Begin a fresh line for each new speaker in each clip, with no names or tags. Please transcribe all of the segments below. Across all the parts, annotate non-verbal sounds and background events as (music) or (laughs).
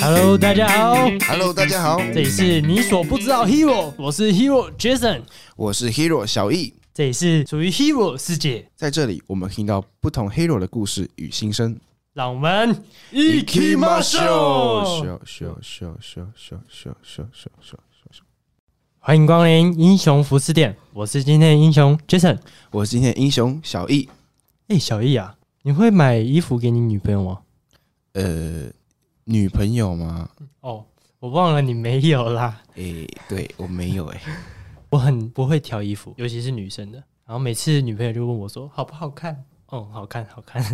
Hello，大家好，
Hello，大家好，
这里是你所不知道 Hero，我是 Hero Jason，
我是 Hero 小易，
这里是属于 Hero 世界，
在这里我们听到不同 Hero 的故事与心声。
让我们一起马秀。
咻咻咻咻咻咻咻咻咻！
欢迎光临英雄服饰店，我是今天的英雄 Jason。
我是今天的英雄小易，
哎、小易啊，你会买衣服给你女朋友吗？
呃，女朋友吗？
哦，我忘了你没有啦，
诶、对我没有诶、
我很不会挑衣服，尤其是女生的。然后每次女朋友就问我说好不好看？哦，好看，好看。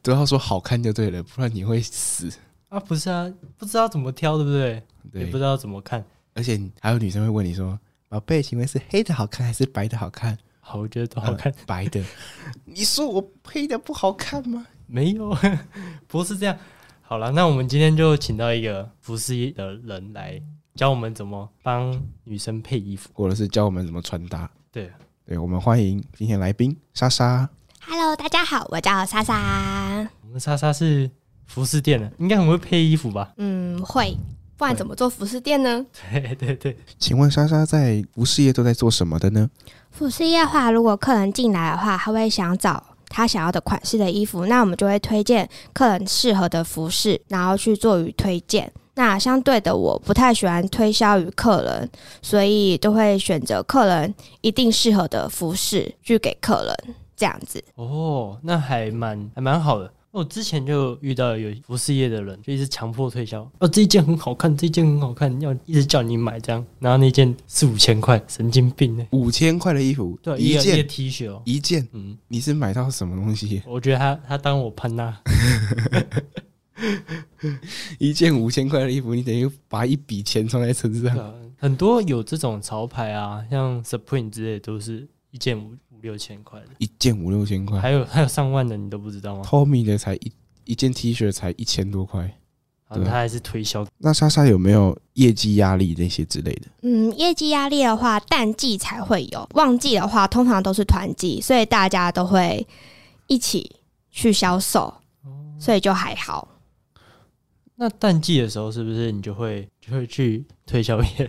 都要说好看就对了，不然你会死。
啊，不是啊，不知道怎么挑，对不对？也
对
不，知道怎么看。
而且还有女生会问你说：“宝贝，请问是黑的好看还是白的好看
好，我觉得都？”好看。
呃白的。 (laughs) 你说我黑的不好看吗？
没有， (laughs) 不是这样。好了，那我们今天就请到一个服饰业的人来教我们怎么帮女生配衣服。
或者是教我们怎么穿搭。
对，
对，我们欢迎今天来宾莎莎。
Hello，大家好，我叫莎莎。
我们莎莎是服饰店的，应该很会配衣服吧？ (laughs)
嗯，会，不然怎么做服饰店呢？
对对对，
请问莎莎在服饰业都在做什么的呢？
服饰业的话，如果客人进来的话，他会想找他想要的款式的衣服，那我们就会推荐客人适合的服饰，然后去做与推荐。那相对的，我不太喜欢推销于客人，所以都会选择客人一定适合的服饰去给客人，这样子。
哦，那还蛮还蛮好的。我之前就遇到有服饰业的人，就一直强迫推销，哦，这一件很好看，这一件很好看，要一直叫你买这样，然后那件四五千块，神经病呢、
五千块的衣服，
对，一个
一
一个
件
T 恤哦，
一件，
嗯，
你是买到什么东西？ (laughs)
我觉得他他当我喷呐、
一件五千块的衣服，你等于把一笔钱装在身
对
上。
啊，很多有这种潮牌啊，像 Supreme 之类，都是一件五五六千块的，
一件五六千块
还有还有上万的，你都不知道吗？
，Tommy 的才一一件 T 恤才一千多块。
然后他还是推销，
那莎莎有没有业绩压力那些之类的？
嗯，业绩压力的话，淡季才会有，旺季的话通常都是团季，所以大家都会一起去销售，所以就还好。
那淡季的时候是不是你就会就会去推销业？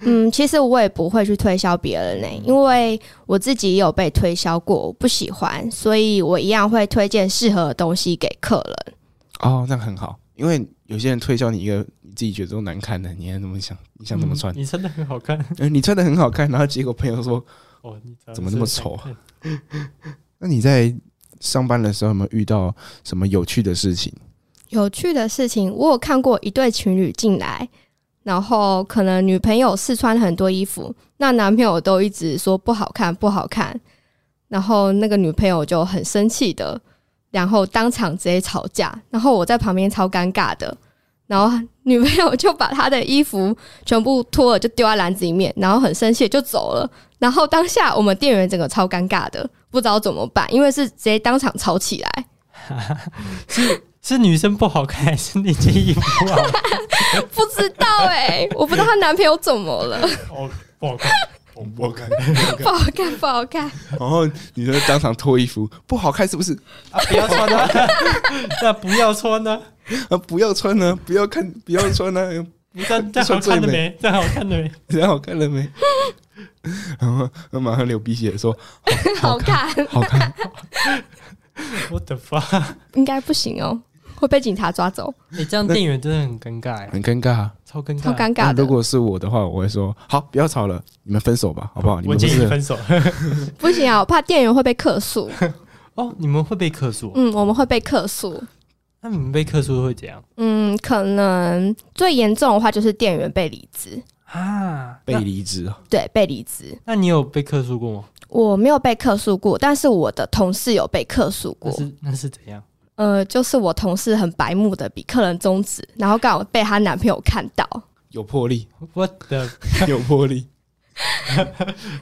嗯，其实我也不会去推销别人呢、因为我自己也有被推销过，我不喜欢，所以我一样会推荐适合的东西给客人。
哦，那很好，因为有些人推销你一个你自己觉得都难看的，你还怎么想？你想怎么穿？ (laughs)
嗯你真的很好看
呃你穿的很好看，然后结果朋友说
哦，你长得
怎么那么啊
真好看？
那你在上班的时候有没有遇到什么有趣的事情？
有趣的事情，我有看过一对情侣进来，然后可能女朋友试穿很多衣服，那男朋友都一直说不好看不好看，然后那个女朋友就很生气的，然后当场直接吵架，然后我在旁边超尴尬的，然后女朋友就把她的衣服全部脱了就丢在篮子里面，然后很生气地就走了，然后当下我们店员整个超尴尬的，不知道怎么办，因为是直接当场吵起来。
是女生不好看，还是那件衣服啊不好
(laughs)
看？
不知道哎、我不知道她男朋友怎么了，
哦，不好看。
我不看，
不好看，不好看。
然后你就当场脱衣服，不好看是不是？
啊！不要穿啊！那不要穿呢、啊！
(laughs) 啊，不要穿呢、不要看，不要穿呢、
你这样这样好看的没？这样好看的没？
这样好看了没？然后马上流鼻血说
好看，
好看，
我的妈！
应该不行哦，会被警察抓走，
你、哎这样店员真的很尴尬、欸，
很尴尬啊。
超尴尬，
超尴
那
尬的
如。果是我的话，我会说好，不要吵了，你们分手吧，好不好？你
我
们不
建议
是
分
(laughs)
手。
不行啊，我怕店员会被客诉。
哦，你们会被克数？
嗯，我们会被客诉。
那你们被克数会怎样
嗯，可能最严重的话就是店员被离职，
啊？
被
那
离职啊？
对，被离职。
那你有被克数过吗？
我没有被客诉过，但是我的同事有被客诉
那
过。
是那是怎样？
呃，就是我同事很白目的比客人中指，然后刚好被她男朋友看到，
有魄力， (laughs)
我的
有魄力，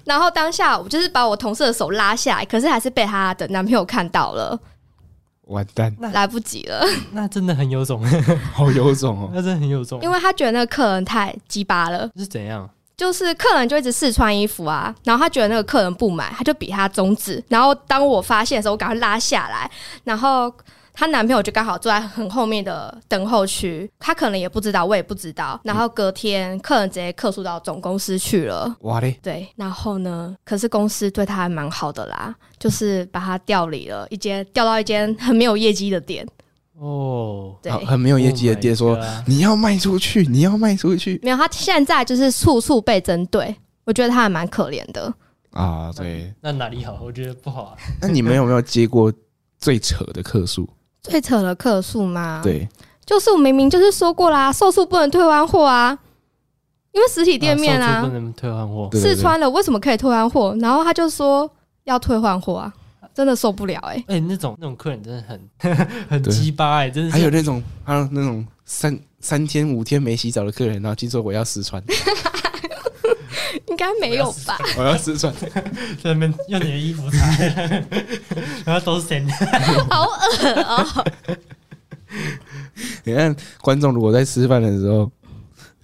然后当下我就是把我同事的手拉下来，可是还是被她的男朋友看到了，
完蛋，
来不及了，
(laughs) 那真的很有种，
好有种哦！
那真的很有种。
因为她觉得那个客人太鸡巴了，
是怎样？
就是客人就一直试穿衣服啊，然后她觉得那个客人不买，她就比他中指，然后当我发现的时候，我赶快拉下来，然后她男朋友就刚好坐在很后面的等候区，她可能也不知道，我也不知道。然后隔天，客人直接客诉到总公司去了。
哇嘞，
对，然后呢？可是公司对她还蛮好的啦，就是把她调离了一间，调到一间很没有业绩的店。
哦，
对，
很很没有业绩的店说
Oh my god
你要卖出去，你要卖出去
没有，她现在就是处处被针对，我觉得她还蛮可怜的。
啊！对，
那哪里好？我觉得不好啊。
那你们有没有接过最扯的客诉？
最扯的客诉吗？，
对，
就是我明明就是说过啦，售出不能退换货啊，因为实体店面
啊
啊
售出，不能退换货。
对对
试
对
穿了为什么可以退换货？然后他就说要退换货啊，真的受不了哎、
哎、那种那种客人真的很 (laughs) 很
对
鸡巴哎，真的是。
还有那种还有那种三三天五天没洗澡的客人，然后听说我要试穿，
应该没有
(laughs)
吧？
我要试穿，
在那边用你的衣服擦， (laughs) 然后都是咸的。
好恶哦、 (laughs)
你看观众如果在吃饭的时候，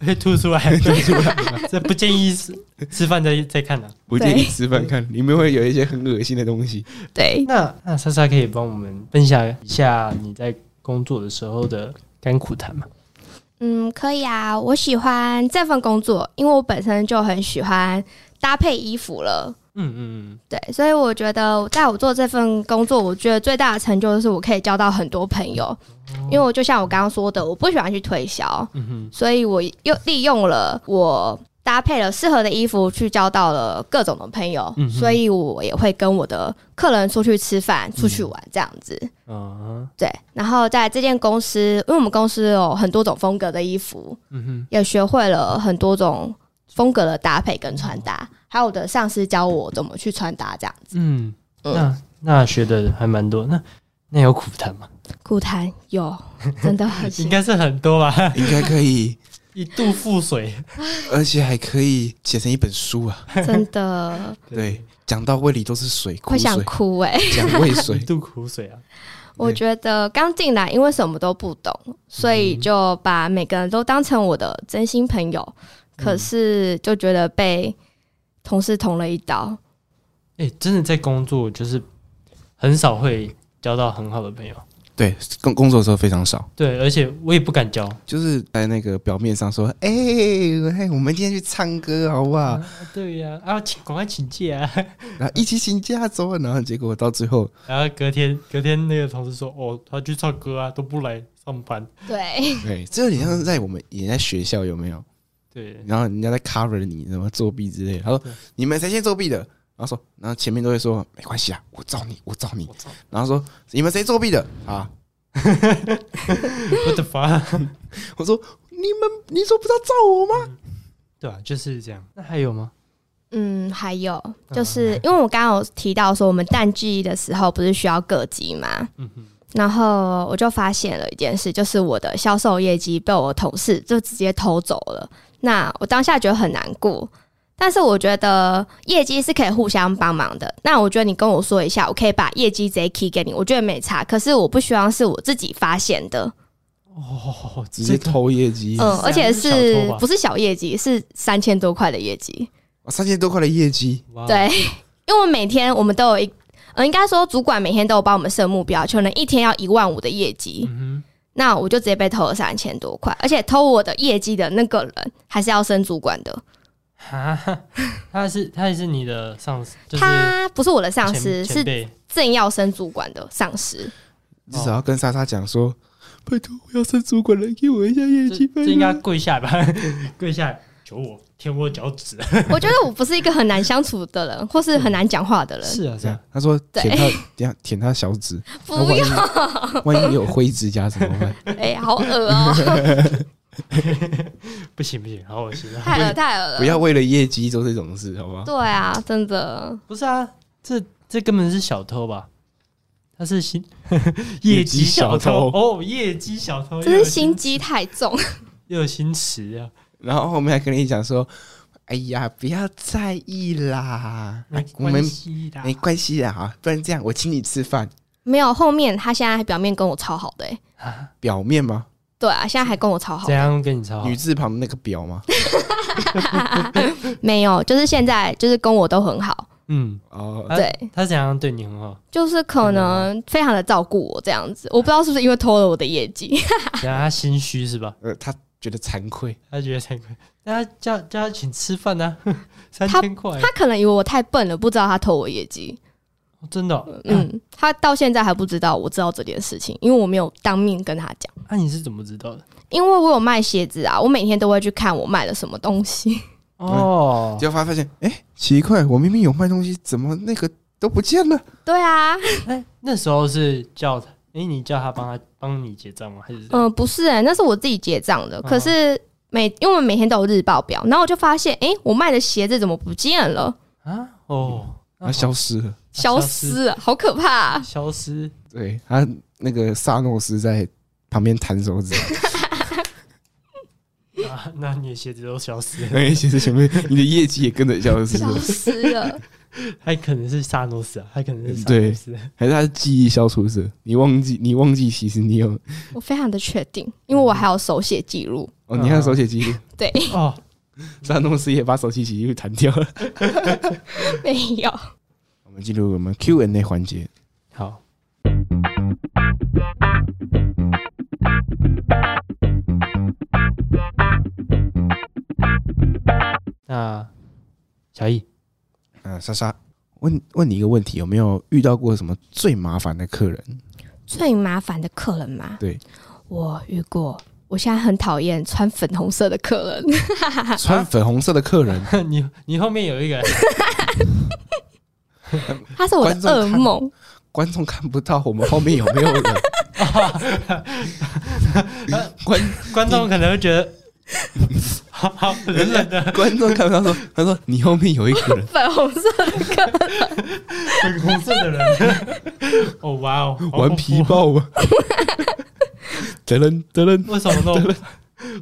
会 (laughs) 吐出
(laughs)
来，吐出来， (laughs) 这不建议吃吃饭再再看的、啊
不建议吃饭看，里面会有一些很恶心的东西。
对，
那那莎莎可以帮我们分享一下你在工作的时候的甘苦谈吗？
嗯，可以啊，我喜欢这份工作，因为我本身就很喜欢搭配衣服了。
嗯嗯
对，所以我觉得在我做这份工作，我觉得最大的成就就是我可以交到很多朋友，因为我就像我刚刚说的，我不喜欢去推销，
嗯嗯
所以我又利用了我搭配了适合的衣服去交到了各种的朋友，
嗯哼
所以我也会跟我的客人出去吃饭、出去玩这样子。
哼，啊，
对，然后在这间公司，因为我们公司有很多种风格的衣服，
嗯哼，
也学会了很多种风格的搭配跟穿搭，还有我的上司教我怎么去穿搭这样子。
嗯，
嗯
那那学的还蛮多，那那有苦谈吗？
顾谈有 (laughs) 真的很
应
辛苦，
该是很多吧，
应该可以，
一度腹水。
而且还可以写成一本书啊！
真
(laughs)
的
对，讲到胃里都是水，苦
会
(laughs)
想
水，
哭哎、
讲胃
一
水。
度苦水啊，
我觉得刚进来，因为什么都不懂，所以就把每个人都当成我的真心朋友。可是就觉得被同事捅了一刀，
哎、真的在工作就是很少会交到很好的朋友，
对，工工作的时候非常少，
对，而且我也不敢交，
就是在那个表面上说，哎、哎我们今天去唱歌好不好？
对呀、啊，请赶快请假、啊。
然后一起请假走，啊然后结果到最后，
然后隔天，隔天那个同事说：“哦，他去唱歌啊，都不来上班。
对，
对，这有点像是在我们也在学校有没有？”
对，
然后人家在 cover 你什么作弊之类的，他说
对
你们谁先作弊的？然后说，然后前面都会说没关系啊，我罩你，我罩你
我。操，
然后说你们谁作弊的啊？
我的妈！
我说你们，你说不知道罩我吗？
(laughs) 对啊，就是这样。那还有吗？
嗯，还有就是因为我刚刚有提到说，我们淡季的时候不是需要各级嘛，
嗯哼，
然后我就发现了一件事，就是我的销售业绩被我同事就直接偷走了。那我当下觉得很难过，但是我觉得业绩是可以互相帮忙的。那我觉得你跟我说一下，我可以把业绩直接 key 给你，我觉得没差。可是我不希望是我自己发现的，
哦，
直接
投。
偷业绩，
嗯，而
这
且
样是小
是
偷吧
不是小业绩，是三千多块的业绩。
哦三千多块的业绩，
哇，哦
对， (laughs) 因为我每天我们都有一，呃，应该说主管每天都有帮我们设目标，可能一天要一万五的业绩。
嗯
那我就直接被偷了三千多块，而且偷我的业绩的那个人还是要升主管的，
哼，哈，他是他也是你的上司，就是
他不是我的上
前
司，
前
是
辈
正要升主管的上司。
至少要跟莎莎讲说，拜托我要升主管了，给我一下业
这
绩，拜
哦这应该
托。
跪下吧， (laughs) 跪下求我，舔我脚趾。啊
我觉得我不是一个很难相处的人，或是很难讲话的人。
是啊，
这
是
样
啊，，
他说
对
舔他，等下舔他小指，
不
那万一万一有灰指甲怎么办？
哎、好恶
(laughs)
哦、
不行不行，好恶心啊！
太恶太恶了。
不要为了业绩做这种事，好不好？
对啊，真的。
不是啊，这这根本是小偷吧？他是
(laughs)
新业绩小偷
业绩小
哦，业绩小偷，
这是心机太重，
又有新词啊！
然后后面还跟你讲说：“哎呀，不要在意
啊
啦，哎我们
系的
没关系啦，哈，不然这样我请你吃饭。
没有后面他现在还表面跟我超好的、欸，
啊，”
表面吗？
对啊，现在还跟我超好
怎，样跟你超好
女？字旁那个表吗？
没有，就是现在就是跟我都很好，
嗯，
哦，
啊
对，
他怎样对你很好？
就是可能非常的照顾我这样子，我不知道是不是因为偷了我的业绩，
然后他心虚是吧？
呃，他觉得惭愧，
他觉得太贵，那他叫叫他请吃饭呢、啊， (laughs) 三千块
他，可能以为我太笨了，不知道他偷我业绩。
哦真的、哦？
嗯，他到现在还不知道我知道这件事情，因为我没有当面跟他讲，
那、啊你是怎么知道的？
因为我有卖鞋子啊，我每天都会去看我卖了什么东西。 (laughs)
哦，
结果发发现，哎，奇怪，我明明有卖东西，怎么那个都不见了？
对啊，
哎、那时候是叫他，哎、你叫他帮他帮你结账吗？还是
嗯、不是哎、那是我自己结账的，
哦
可是每因为我们每天都有日报表，然后我就发现，哎、我卖的鞋子怎么不见了，
啊？哦，那
他
好
消失了。
消
消失了，好可怕
(laughs)
啊、
消失，
对他那个萨诺斯在旁边弹手指，
(laughs) 那啊那你的鞋子都消失了， (laughs)
哎，其实前面你的业绩也跟着消失
消
啊
了，
失了，
还可能是萨诺斯啊，还可能是萨
对
诺斯。
还是他的记忆消除者？你忘记，你忘记，其实你有
我非常的确定，因为我还有手写记录。
哦，你还有手写 (laughs) 记录，
对， (laughs)
哦，
萨诺斯也把手写记录弹掉了。
没有。
(laughs) 我们进入我们 Q&A 环节，
好，那小易，
嗯，莎莎问问你一个问题，有没有遇到过什么最麻烦的客人？
最麻烦的客人吗？
对，
我遇过。我现在很讨厌穿粉红色的客人， (laughs)
穿粉红色的客人，
(laughs)
(laughs)
你你后面有一 (laughs) 个，
他是我
观
的
众
噩
看
梦。
观众看不到我们后面有没有人。 (laughs) 观
观众可能会觉 (laughs) 得，好好冷冷 (laughs) 的
观众看不到说，他说你后面有一个人，
粉红色的 (laughs) 客人，
粉红色的人， (laughs) 哦哇哦，好
顽皮豹吗？ (laughs) 得人得人，
为什么那么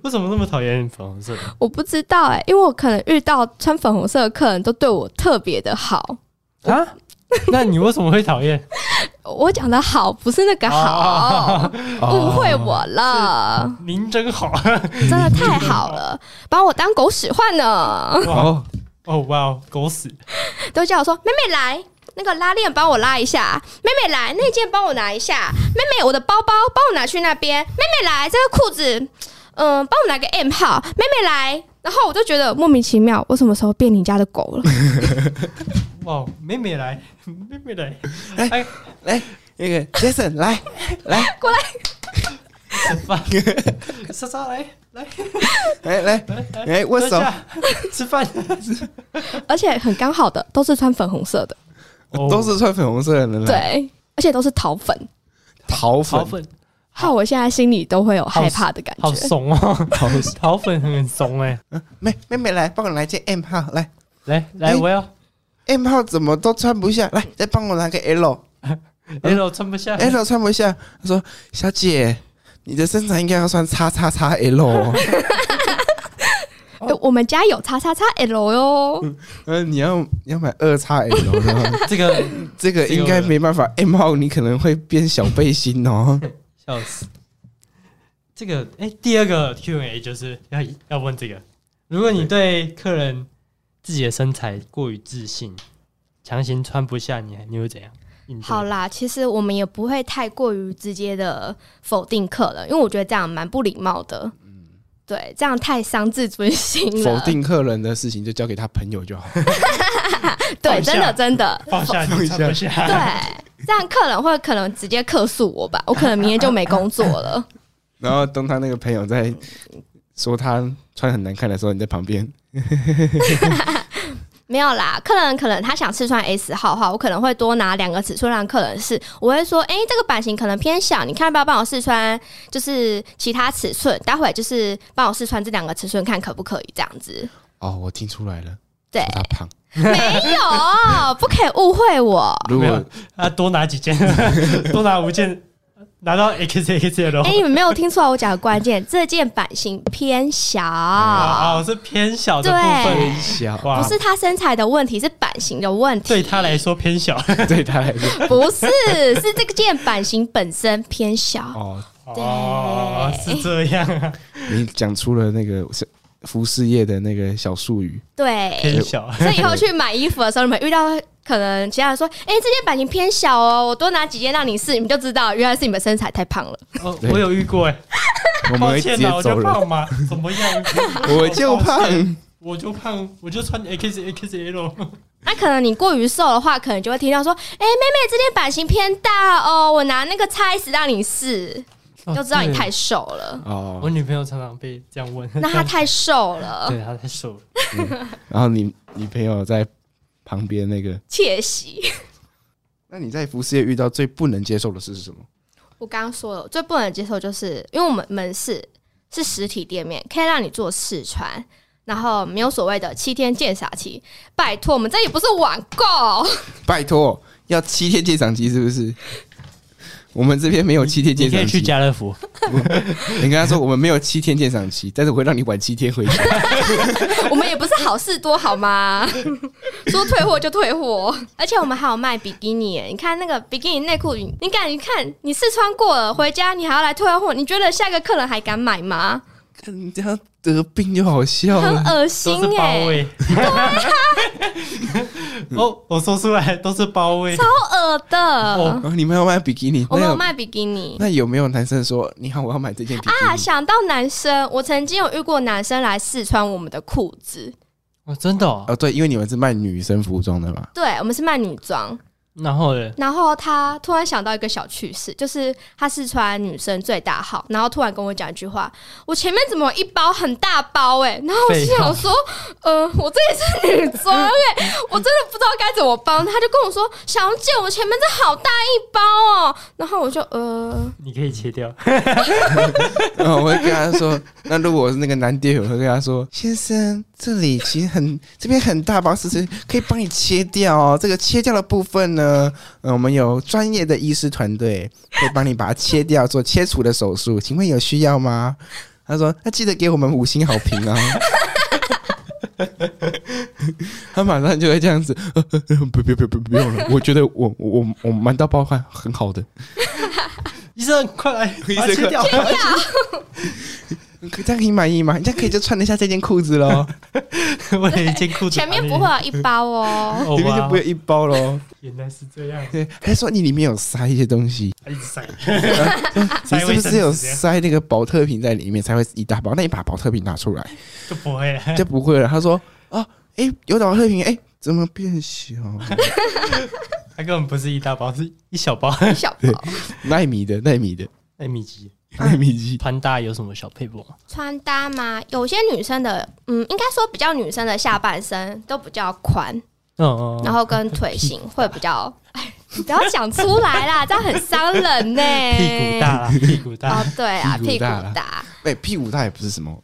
为什么那么讨厌粉红色的？
我不知道哎、因为我可能遇到穿粉红色的客人都对我特别的好。
啊？那你为什么会讨厌？
我讲的好不是那个
哦
好，误、会我了，
您真好， (laughs)
真的太好了，把我当狗使唤呢，
哦，
哦哇哦，狗屎！
都叫我说妹妹来。那个拉链帮我拉一下，妹妹来，那件帮我拿一下，妹妹我的包包帮我拿去那边，妹妹来这个裤子，嗯，帮我拿个 M 号，妹妹来，然后我就觉得莫名其妙，我什么时候变你家的狗了？ (laughs)
哇，妹妹来，妹妹来，
哎
哎，
来那个 Jason 来来
吃饭，莎莎来来
来来，
来来，
哎握手
坐 (laughs) 下吃饭，
而且很刚好的都是穿粉红色的，
哦
都是穿粉红色的人来，
对，而且都是桃粉，
桃粉
桃，粉，
害我现在心里都会有害怕的感
好
觉。
怂哦，桃桃粉很怂哎，
妹妹妹来帮我来件 M 号来。
来来，
哎
我要
M 号怎么都穿不下，来再帮我拿个 L，L
L 穿不下，
穿不下。他说：“小姐，你的身材应该要穿叉叉叉 L 哦。
哎我们家有叉叉叉 L 哟，
呃，你要你要买二叉 L
(laughs)
的，
这个
这个应该没办法。M 号你可能会变小背心哦。
笑死。这个哎、第二个 Q&A 就是要要问这个：如果你对客人自己的身材过于自信，强行穿不下你，你会怎样？应对
好，啦，其实我们也不会太过于直接的否定客人，因为我觉得这样蛮不礼貌的。对，这样太伤自尊心
否
了。
定客人的事情就交给他朋友就好。
对，
放下
真的真的，
放下
放
你穿不
对
下，，
这样客人会可能直接客诉我吧，我可能明天就没工作
(laughs)
了。
然后当他那个朋友在说他穿很难看的时候，你在旁边，
没有啦，客人可能他想试穿 S 号哈，我可能会多拿两个尺寸让客人试。我会说，哎、这个版型可能偏小，你看要不要帮我试穿？就是其他尺寸，待会就是帮我试穿这两个尺寸，看可不可以这样子。
哦，我听出来了，
对
说他胖。
没有，不可以误会我。
如
没
果
有啊，多拿 (laughs) 几件，多拿五件，拿到 XXL
哎、。你们没有听出来我讲的关键，这件版型偏小，
啊，哦是偏小的部
对
分，
小，
哇
不是他身材的问题，是版型的问题。
对他来说偏小。
对他来说，
不是， (laughs) 是这件版型本身偏小。
哦，
哦，是这样
哎
啊，
你讲出了那个服饰业的那个小术语，
对，
(laughs) 偏小。
所以以后去买衣服的时候，你们遇到可能其他人说，哎、这件版型偏小哦，我多拿几件让你试，你们就知道原来是你们身材太胖了。
哦，
对
我有遇过哎、
我们
抱
会直
歉
接
啦，我
走
就
人。
胖嘛，怎么 (laughs) 样？
(laughs) 我就胖
抱，歉我就胖，我就穿 XXL。
那、可能你过于瘦的话，可能就会听到说，哎、妹妹这件版型偏大哦，我拿那个 size 让你试，就知道你太瘦了。
我
哦，
女朋友常常被这样问，
(laughs) 那她太瘦 (laughs) 了，
对她太瘦了，
然后你你朋友在旁边那个，
窃喜。
那你在服饰业遇到最不能接受的事是什么？
(laughs) 我刚刚说了，我最不能接受就是因为我们门市是实体店面，可以让你做试穿，然后没有所谓的七天鉴赏期。拜托，我们这里不是网购， (laughs)
拜托，要七天鉴赏期是不是？我们这边没有七天
你
鉴
可
赏
以去
期。
家乐福，
你跟他说我们没有七天鉴赏期，但是我会让你晚七天
(laughs)
回去。
我们也不是好事多好吗？ (laughs) 说退货就退货，而且我们还有卖比基尼耶，你看那个比基尼内裤，你你敢？你看你试穿过了，回家你还要来退货，你觉得下个客人还敢买吗？
看你这样得病就好笑
(laughs)
很
了。
恶
都是
心
包
哎、
位。 (laughs) 哦，我说出来都是包位，
欸好恶的
哦。
哦，你们要卖比基尼？
我
那
们有
有
卖比基尼，
那有没有男生说你好，我要买这件比基
啊，
尼？
想到男生，我曾经有遇过男生来试穿我们的裤子。
哦，真的、哦。
哦，对，因为你们是卖女生服装的嘛。 (laughs)
对，我们是卖女装，
然后呢？
然后他突然想到一个小趣事，就是他试穿女生最大号，然后突然跟我讲一句话：“我前面怎么有一包很大包、欸？”哎，然后我
废
心
话
想说：“呃，我这也是女装哎、我真的不知道该怎么帮。”他就跟我说：“小姐，我前面这好大一包哦、然后我就呃，
你可以切掉。
然后我会跟他说， (laughs) 那如果我是那个男店友，我会跟他说，先生，这里其实很这边很大包，是是可以帮你切掉哦。这个切掉的部分呢，呃、我们有专业的医师团队可以帮你把它切掉，做切除的手术。请问有需要吗？他说，那记得给我们五星好评啊。他马上就会这样子，呃呃呃不不不不不用了，我觉得我我我蛮大包还很好的，
医生，快来，
医
把
生
它切掉。
这样可以满意吗？这样可以就穿得下这件裤子喽。
(laughs) 我的一件裤子
前面不会有一包哦、
(laughs) (laughs) 哦，
里面就不
哇
会有一包喽。
原来是这样，
对，还说你里面有塞一些
(laughs)
东西，
还一直塞，
你
塞
是
卫
不
生
是有
纸这样
塞那个保特瓶在里面才会一大包？那你把保特瓶拿出
(laughs)
来
就不会啊了。
就不会了。他说啊，哎、有保特瓶，哎、怎么变
(laughs)
小？
它根本不是一大包，是一小包。 (laughs)
一小包。
纳米的，纳米的，
艾米级
纳米机。
穿搭有什么小配博吗？
穿搭吗？有些女生的，嗯，应该说比较女生的下半身都比较宽，
嗯嗯
然后跟腿型会比较， (laughs) 哎，你不要讲出来啦，这样很伤人呢、
屁股大啦，屁股
哦
大，，
对啊，
屁
屁
股
股
大啦
大
哎、屁股大也不是什么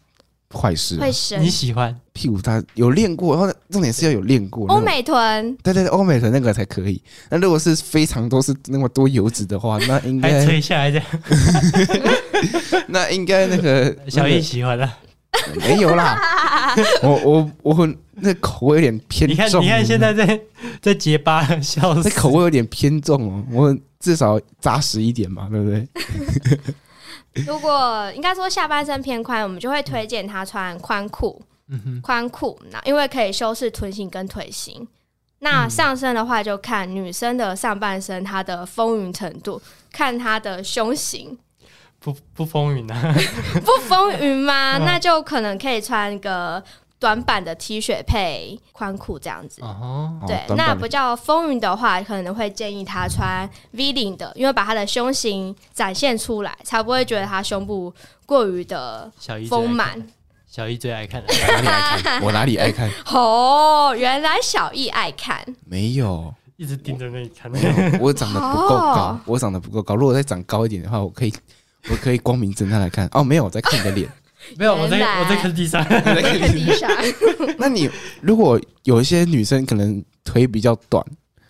坏事、啊
会，生
你喜欢？
屁股大有练过，然后重点是要有练过。
欧，美臀，
对对对，欧美的那个才可以。那如果是非常都是那么多油脂的话，那应
还
该
垂下来的，
(laughs) 那应该那个
小
那
易
个
喜欢的。
没有
(laughs)
啦，我我我那口味有点偏
你看，
重。
你看现在在 (laughs) 在结巴，笑
那
死。
口味有点偏重哦，我至少扎实一点嘛，对不对？
如果应该说下半身偏宽，我们就会推荐她穿宽裤，
嗯
宽裤，那因为可以修饰臀型跟腿型。那上身的话，就看女生的上半身她的丰腴程度，看她的胸型。
不不风云
(laughs)
啊，
不风云吗？
嗯
那就可能可以穿个短版的 T 恤配宽裤这样子。
哦，
哦
对，
短
那
版
比较风云的话，可能会建议他穿 V 领的，因为把他的胸型展现出来，才不会觉得他胸部过于的
小易最爱
丰
看，
满。
小易最爱
(laughs)
看的。
哪里爱看？我哪里爱看？
哦，原来小易爱看，
没有，
一直盯着那里看。
没有，我长得不够高
哦，
我长得不够高。如果再长高一点的话，我可以，我可以光明正大来看。哦，没有，我在看你的
(laughs)
脸。
没有，我在
原来
我在看第三。 (laughs)
我在看你的
看
脸
地上
那你如果有一些女生可能腿比较短，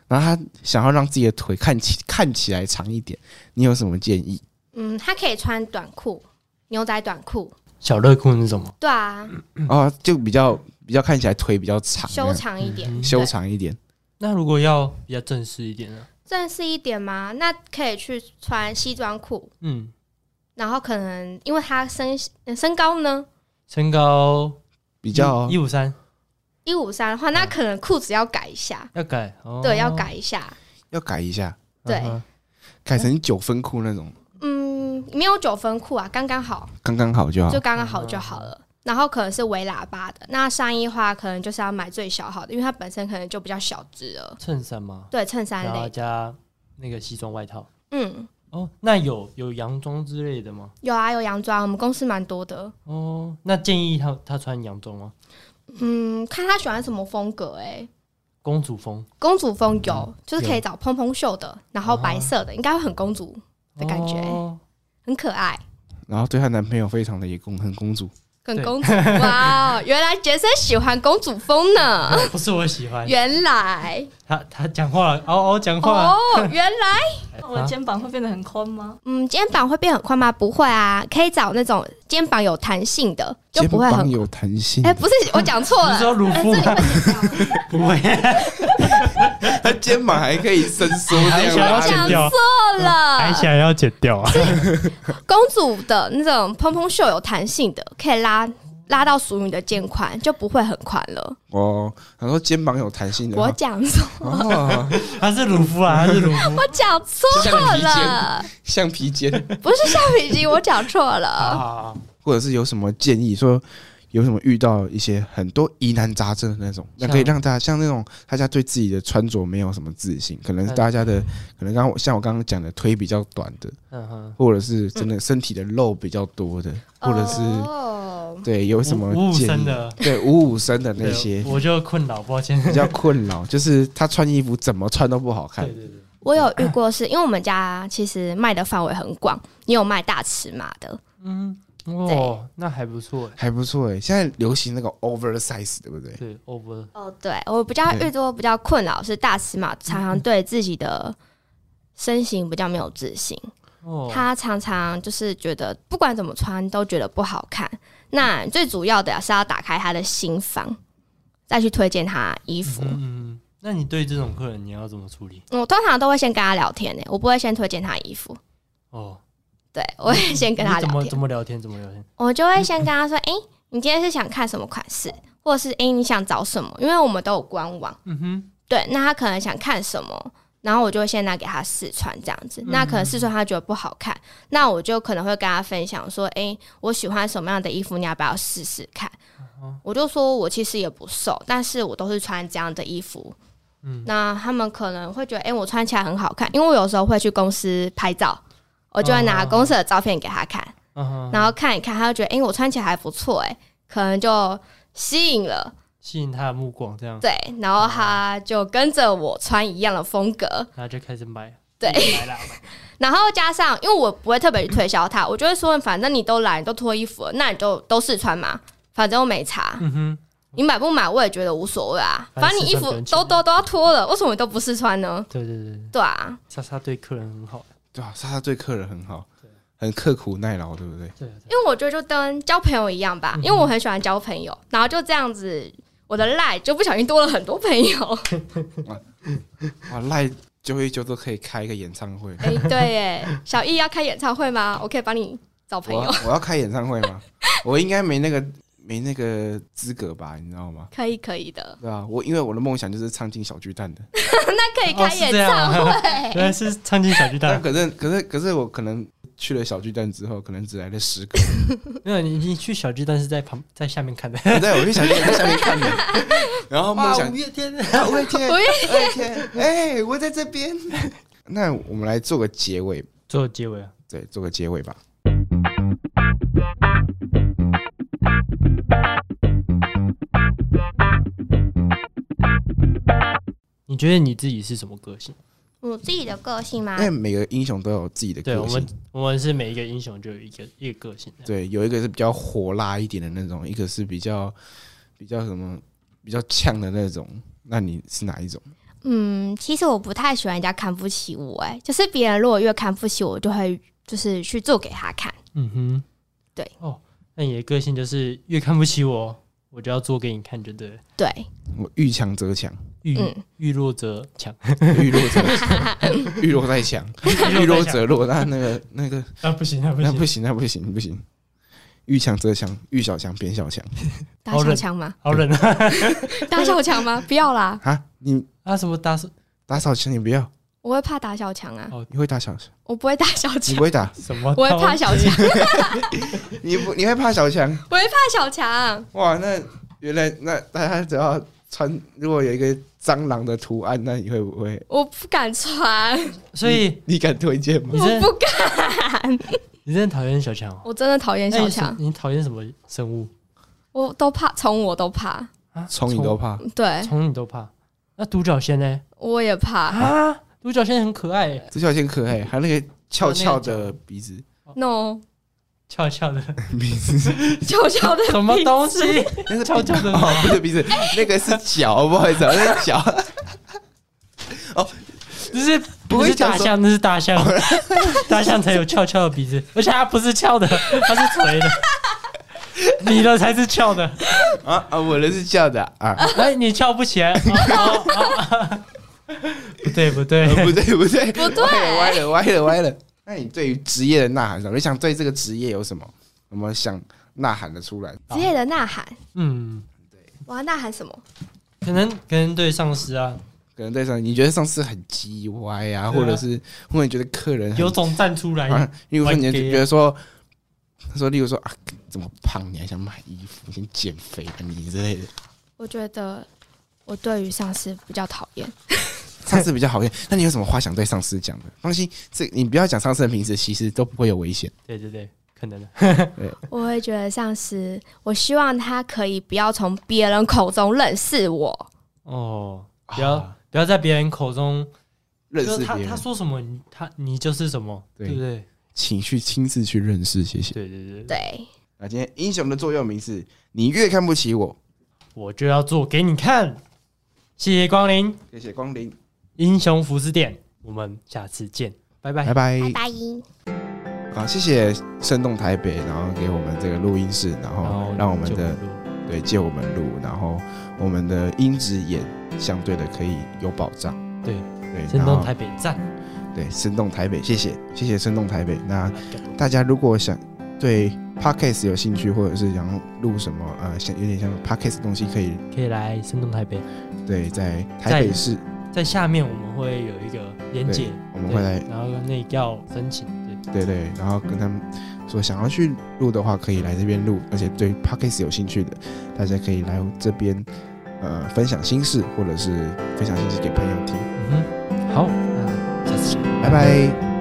然后她想要让自己的腿看起看起来长一点，你有什么建议？
嗯，他可以穿短裤，牛仔短裤。
小热裤是什么？
对啊，
哦，就比较比较看起来腿比较长，
修长一点，
嗯
修
对
长一点。
那如果要比较正式一点呢？
正式一点吗？那可以去穿西装裤，
嗯，
然后可能呃因为他身身高呢，
身高
比较
嗯一五三，
一五三的话，那可能裤子要改一下，
要改哦，
对，要改一下。
要改一下，
嗯哼，
改成九分裤那种，
嗯，没有九分裤啊，刚刚好，
刚刚好就好
就。刚啊刚好就好了。然后可能是围喇叭的，那上衣的话可能就是要买最小号的，因为它本身可能就比较小只了。
衬衫嘛，
对，衬衫
然后
类，
加那个西装外套。
嗯，
哦，那有有洋装之类的吗？
有啊，有洋装，我们公司蛮多的。
哦，那建议他他穿洋装吗？
嗯，看他喜欢什么风格哎、
公主风
公主风嗯有，哦就是可以找蓬蓬袖的，然后白色的，应该会很公主，的感觉
哦
很可爱，
然后对她男朋友非常的也公很公主，
很
对
公主。哇哦，原来杰森喜欢公主风
(laughs)
呢，
(laughs) 不是我喜欢
原来
他他讲话了，嗷嗷讲话哎了
哦，原来，
那我的肩膀会变得很宽吗？
嗯，肩膀会变很宽吗？不会啊，可以找那种肩膀有弹性的，就
肩
不会
膀
很。
有弹性 (laughs)
哎、，不是，我讲错
你
了
是，说乳
哎
夫吗？不会，
她肩膀还可以伸缩这样
还想要剪 (laughs)
拉着
哎我讲
掉
错
嗯
还
哎
了，
想要剪掉
(laughs)
啊？
公主的那种蓬蓬袖有弹性的，可以拉拉到属于你的肩宽，就不会很宽了。
哦，他说肩膀有弹性的，
我讲
(laughs)
错，
哦，
他是乳夫啊，他是乳夫。
我讲错
橡皮肩，
了。
橡皮肩，
不是橡皮筋，我讲错
好
了。
好好，
或者是有什么建议说？有什么遇到一些很多疑难杂症的那种，那可以让大家像那种大家对自己的穿着没有什么自信，可能是大家的可能刚我像我刚刚讲的腿比较短的，
嗯哼，
或者是真的身体的肉比较多的，或者是
哦
对有什么
五五
建
身
议？
的
对五五身的那
对
些
我就困扰，抱歉。
比较困扰，就是他穿衣服怎么穿都不好看
对。对对，
我有
嗯
遇过是，因为我们家其实卖的范围很广，也有卖大尺码的，
嗯，哦，那还不错欸。
还不错哎，现在流行那个 oversize，对不对？
对，over
哦，对我比较
对
遇多比较困扰是大尺码，
嗯
常常对自己的身形比较没有自信，
哦，
他常常就是觉得不管怎么穿都觉得不好看。那最主要的是要打开他的心房，再去推荐他衣服。
嗯嗯嗯，那你对这种客人你要怎么处理？
我通常都会先跟他聊天呢、欸我不会先推荐他衣服，
哦，
对我会先跟他
你怎
聊
么
天
怎。么聊天？怎么聊天？
我就会先跟他说：“诶，你今天是想看什么款式，或者是诶，你想找什么？因为我们都有官网，
嗯哼，
对，那他可能想看什么，然后我就会先拿给他试穿这样子。
嗯
那可能试穿他觉得不好看，那我就可能会跟他分享说：诶，我喜欢什么样的衣服，你要不要试试看？
嗯
我就说我其实也不瘦，但是我都是穿这样的衣服。”
嗯
那他们可能会觉得，诶，我穿起来很好看，因为我有时候会去公司拍照，我就会拿
哦
公司的照片给他看，
嗯哼，
然后看一看，他就觉得，哎、我穿起来还不错，哎，可能就吸引了，
吸引他的目光，这样，
对，然
哦
后他就跟着我穿一样的风格，
然后就开始买。
对
买啦，买啦
然后加上，因为我不会特别去推销他，我就会说，反正你都来，你都脱衣服了，那你就都试穿嘛，反正我没差，
嗯哼，
你买不买我也觉得无所谓啊，
反
反
正
正你衣
试穿
服
不用钱
都都都要脱了，为什么你都不试穿呢？
对对对，对
对啊，
莎莎对客人很好。
对啊，莎莎对客人很好，很刻苦耐劳，对不对？
对对
因为我觉得就跟交朋友一样吧，因为
嗯
我很喜欢交朋友，然后就这样子，我的赖就不小心多了很多朋友，
哇，赖九一九都可以开一个演唱会，
哎、对耶，小易要开演唱会吗？我可以帮你找朋
我啊
友，
要我要开演唱会吗？ (laughs) 我应该没那个没那个资格吧，你知道吗？
可以可以的，
对啊，我因为我的梦想就是唱进小巨蛋的，
那可以开演唱
哦是 (laughs)
会，
原来是唱进小巨
但
蛋，
可是可是可是我可能去了小巨蛋之后，可能只来了十个。
(laughs)
(laughs)
没有你你去小巨蛋是在旁在下面看的，
对，我就想在下面看你，然
(laughs)
后梦想
五，月天，
啊我的天，
五
我
月
的天，哎，我在这边。那我们来做个结尾，
最后结尾啊，
对，做个结尾吧。
你觉得你自己是什么个性？
嗯我自己的个性吗
因为每个英雄都有自己的
对
个
我
性
们，，我们是每一个英雄就有一个一个个性的。
对，有一个是比较火辣一点的那种，一个是比较比较什么比较呛的那种。那你是哪一种？
嗯，其实我不太喜欢人家看不起我、哎，就是别人如果越看不起我，我就会就是去做给他看，
嗯哼，
对。
哦，那你的个性就是越看不起我，我就要做给你看，就对了。
对，
我遇强则强，
遇
嗯
遇弱者 (laughs) 强，
遇弱者遇弱再强，遇弱则弱。那那个那个，
啊不行啊不
那
行
不，行，那不行，不行。遇强则强，遇小强变小强
打小强吗？
好冷啊！
(laughs) 打小强吗？不要啦，
啊！你
(laughs) 啊，什么打什
打扫墙你不要，
我会怕打小强啊，
你会打小强，
我不会打小
你
强
不，会打，
什么？
我会怕小强，
你不你会怕小强？
我会怕小强。啊
哇，那原来那大家只要穿，如果有一个蟑螂的图案，那你会不会？
我不敢穿，
所以
你敢推荐吗？
你
我
真
不
的
敢，
你真的讨厌小强哦？
我真的讨厌
那
小
你什
强，
你讨厌什么生物
我都怕，虫我都怕，
啊？
虫你都怕？
对，
虫你都怕？那独角仙呢？
我也怕。
啊，独角仙很可爱耶，
独角仙可爱，还有那个翘翘的鼻子，
No，
翘翘的，
(laughs) 鼻子
(laughs) 悄悄的
什么东西？
(laughs) 那是
翘翘的
哦，不是鼻子，那个是脚，不好意思，哦那是脚。
这是
不
不
会
是
讲
大
说
象？那是大象，
(laughs)
大象才有翘翘的鼻子，而且它不是翘
(laughs)
的，它是垂的。你的才是翘的，
啊啊，我的是翘的啊， (laughs)
哎，你翘不起来。哦哦哦不对不对，
呃不对不对哎
不对
歪了歪了歪了歪了。那你对于职业的呐喊是什么？你想对这个职业有什么？我们想呐喊的出来？
职业的呐喊，
嗯，
我要呐喊什么？
可能可能对上司啊，
可能对上你觉得上司很鸡歪啊，或者是或者你觉得客人很
有种站出来
啊，，例如说你
还
就
给
觉得说，说例如说啊，这么胖你还想买衣服，你先减肥吧你之类的。
我觉得我对于上司比较讨厌，
上司比较好一点，那你有什么话想对上司讲的？放心，这你不要讲上司的名字，其实都不会有危险。
对对对，可能的。啊
我会觉得上司，我希望他可以不要从别人口中认识我。
哦，不要、
啊
不要在别人口中，
认
就
识
是他
别人
他，说什么，你他你就是什么，
对
对不对？
请去亲自去认识，谢谢。
对对对，
对，
那今天英雄的座右铭是：你越看不起我，
我就要做给你看。谢谢光临
谢谢光临，
英雄服饰店，我们下次见，拜拜
拜。拜。
拜。
好，谢谢生动台北，然后给我们这个录音室，然
然后
后让我们
就
的
录
对借我们录，然后我们的音质也相对的可以有保障。
对
对，
先
然
到
后
台北站，
对生动台北，谢谢谢谢生动台北。那
啊
大家如果想对 podcast 有兴趣，或者是想要录什么呃，像有点像 podcast 的东西，可以
可以来生动台北。
对在台北
在
市，
在下面我们会有一个连接
对，我们会
对
来
然后那个要申请，对，
对对，然后跟他们说想要去录的话，可以来这边录，而且对 podcast 有兴趣的，大家可以来这边呃分享心事，或者是分享心事给朋友听。
嗯哼，好，那下次见。
拜拜。